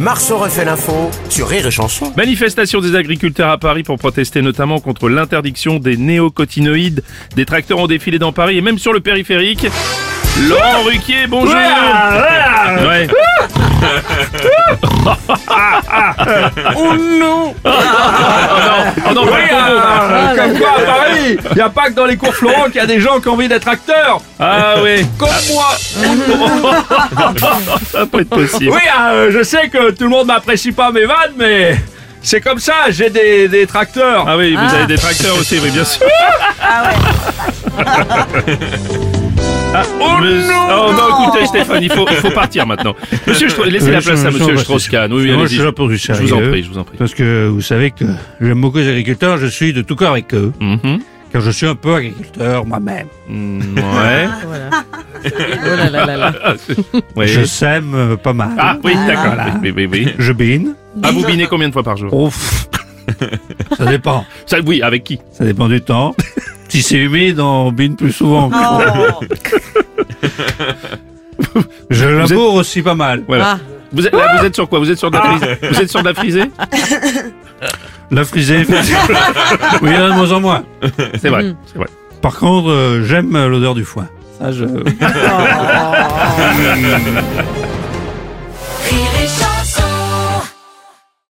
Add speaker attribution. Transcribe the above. Speaker 1: Marceau refait l'info sur Rire et Chanson.
Speaker 2: Manifestation des agriculteurs à Paris pour protester notamment contre l'interdiction des néocotinoïdes. Des tracteurs ont défilé dans Paris et même sur le périphérique. Laurent Ruquier, bonjour Ouais.
Speaker 3: Oh non
Speaker 2: Oh non, oh non, pas le combo.
Speaker 3: ah, Comme quoi, à Paris, il n'y a pas que dans les cours Florent qu'il y a des gens qui ont envie d'être acteurs,
Speaker 2: Ah oui,
Speaker 3: comme moi
Speaker 2: ça va pas être possible.
Speaker 3: Oui, euh, je sais que tout le monde m'apprécie pas mes vannes, mais c'est comme ça, j'ai des, des tracteurs.
Speaker 2: Ah oui, vous avez des tracteurs aussi, oui, bien sûr. Ah ouais. oh, non, écoutez Stéphane, il faut, il faut partir maintenant. Monsieur, Stro- laissez
Speaker 4: Oui,
Speaker 2: la place
Speaker 4: Euh, je-
Speaker 2: à
Speaker 4: je-
Speaker 2: Monsieur
Speaker 4: je-
Speaker 2: Strauss-Kahn. Oui, oui,
Speaker 4: Moi,
Speaker 2: allez-y.
Speaker 4: je suis un peu
Speaker 2: Je vous en
Speaker 4: sérieux,
Speaker 2: prie, je vous en prie.
Speaker 4: Parce que vous savez que j'aime beaucoup les agriculteurs, je suis de tout cœur avec eux.
Speaker 2: Mhm.
Speaker 4: Car je suis un peu agriculteur moi-même.
Speaker 2: Mm, ouais. Ouais.
Speaker 4: Je sème euh, pas mal.
Speaker 2: Ah oui, d'accord. Oui, oui, oui. oui.
Speaker 4: Je bine.
Speaker 2: Ah, vous binez combien de fois par jour
Speaker 4: Ouf. ça dépend.
Speaker 2: Ça, Oui, avec qui
Speaker 4: Ça dépend du temps. Si c'est humide, on bine plus souvent. Je laboure aussi pas mal.
Speaker 2: Voilà. Vous, êtes, là, vous êtes sur quoi Vous êtes sur de la frisée Vous êtes sur de la frisée
Speaker 4: La frisée. oui, il y en a de moins en moins.
Speaker 2: C'est vrai, c'est vrai.
Speaker 4: Par contre, euh, j'aime l'odeur du foin. Ça, je...